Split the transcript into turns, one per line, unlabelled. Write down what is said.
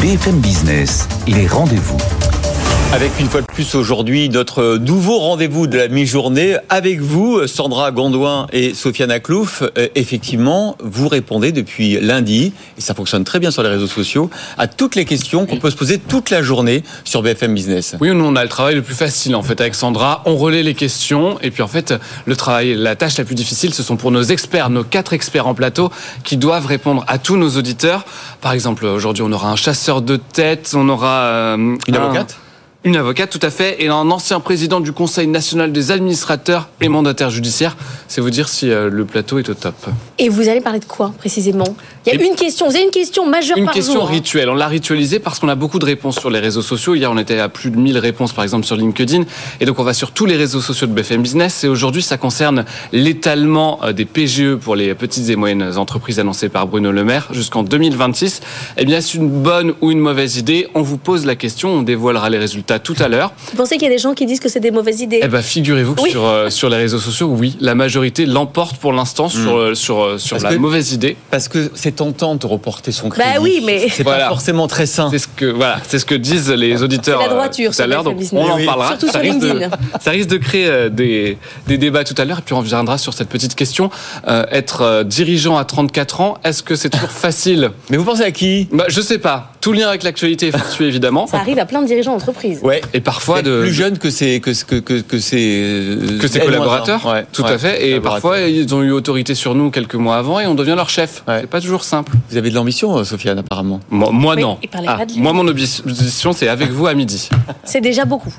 BFM Business, les rendez-vous.
Avec une fois de plus aujourd'hui notre nouveau rendez-vous de la mi-journée avec vous, Sandra Gondouin et Sofiane Aklouf. Euh, effectivement, vous répondez depuis lundi, et ça fonctionne très bien sur les réseaux sociaux, à toutes les questions qu'on peut se poser toute la journée sur BFM Business.
Oui, nous on a le travail le plus facile en fait avec Sandra. On relaie les questions et puis en fait le travail, la tâche la plus difficile, ce sont pour nos experts, nos quatre experts en plateau qui doivent répondre à tous nos auditeurs. Par exemple, aujourd'hui on aura un chasseur de tête, on aura euh,
Une
un-
Ah.
avocate
une avocate, tout à fait, et un ancien président du Conseil national des administrateurs et mandataires judiciaires. C'est vous dire si euh, le plateau est au top.
Et vous allez parler de quoi précisément Il y a
Et-
une question, vous avez une question majeure
Une
par
question
jour. hein.
rituelle. On l'a ritualisée parce qu'on a beaucoup de réponses sur les réseaux sociaux. Hier, on était à plus de 1000 réponses, par exemple, sur LinkedIn. Et donc, on va sur tous les réseaux sociaux de BFM Business. Et aujourd'hui, ça concerne l'étalement euh, des PGE pour les petites et moyennes entreprises annoncées par Bruno Le Maire jusqu'en 2026. Eh bien, est-ce une bonne ou une mauvaise idée On vous pose la question. On dévoilera les résultats tout à l'heure.
Vous pensez qu'il y a des gens qui disent que c'est des mauvaises idées
Eh ben, figurez-vous que
Oui.
sur, euh, sur les réseaux sociaux, oui, la majorité l'emporte pour l'instant sur, euh, sur, euh,
Hmm.
sur
Parce
la
que-
mauvaise idée.
Parce que c'est tentant de reporter son
Bah
crédit.
oui, mais-
C'est
Voilà.
pas forcément très sain.
C'est ce que voilà, c'est ce que disent les auditeurs
C'est la
euh,
droiture
tout à
sur
l'heure.
BFM
Donc
Business.
on en
Oui, oui.
parlera.
Surtout
ça,
sur
risque de,
LinkedIn.
ça risque de créer euh, des, des débats tout à l'heure. Et puis on reviendra sur cette petite question Euh, être euh, dirigeant à 34 ans, est-ce que c'est toujours facile
Mais vous pensez à qui
bah, Je sais pas. Tout lien avec l'actualité est fortuit évidemment.
Ça arrive à plein de dirigeants d'entreprise.
Ouais.
Et parfois
Peut-être
de
plus jeune que ses que que que que ses
que ses
L-1.
collaborateurs,
Ouais,
tout
ouais,
à fait. Et
collaborateurs.
parfois ils ont eu autorité sur nous quelques mois avant et on devient leur chef.
Ouais.
C'est pas toujours simple.
vous avez de l'ambition, euh, Sofiane, apparemment.
Moi, moi
Oui,
non.
il parlait pas de lui.
moi, mon ambition, c'est avec vous à midi.
C'est déjà beaucoup.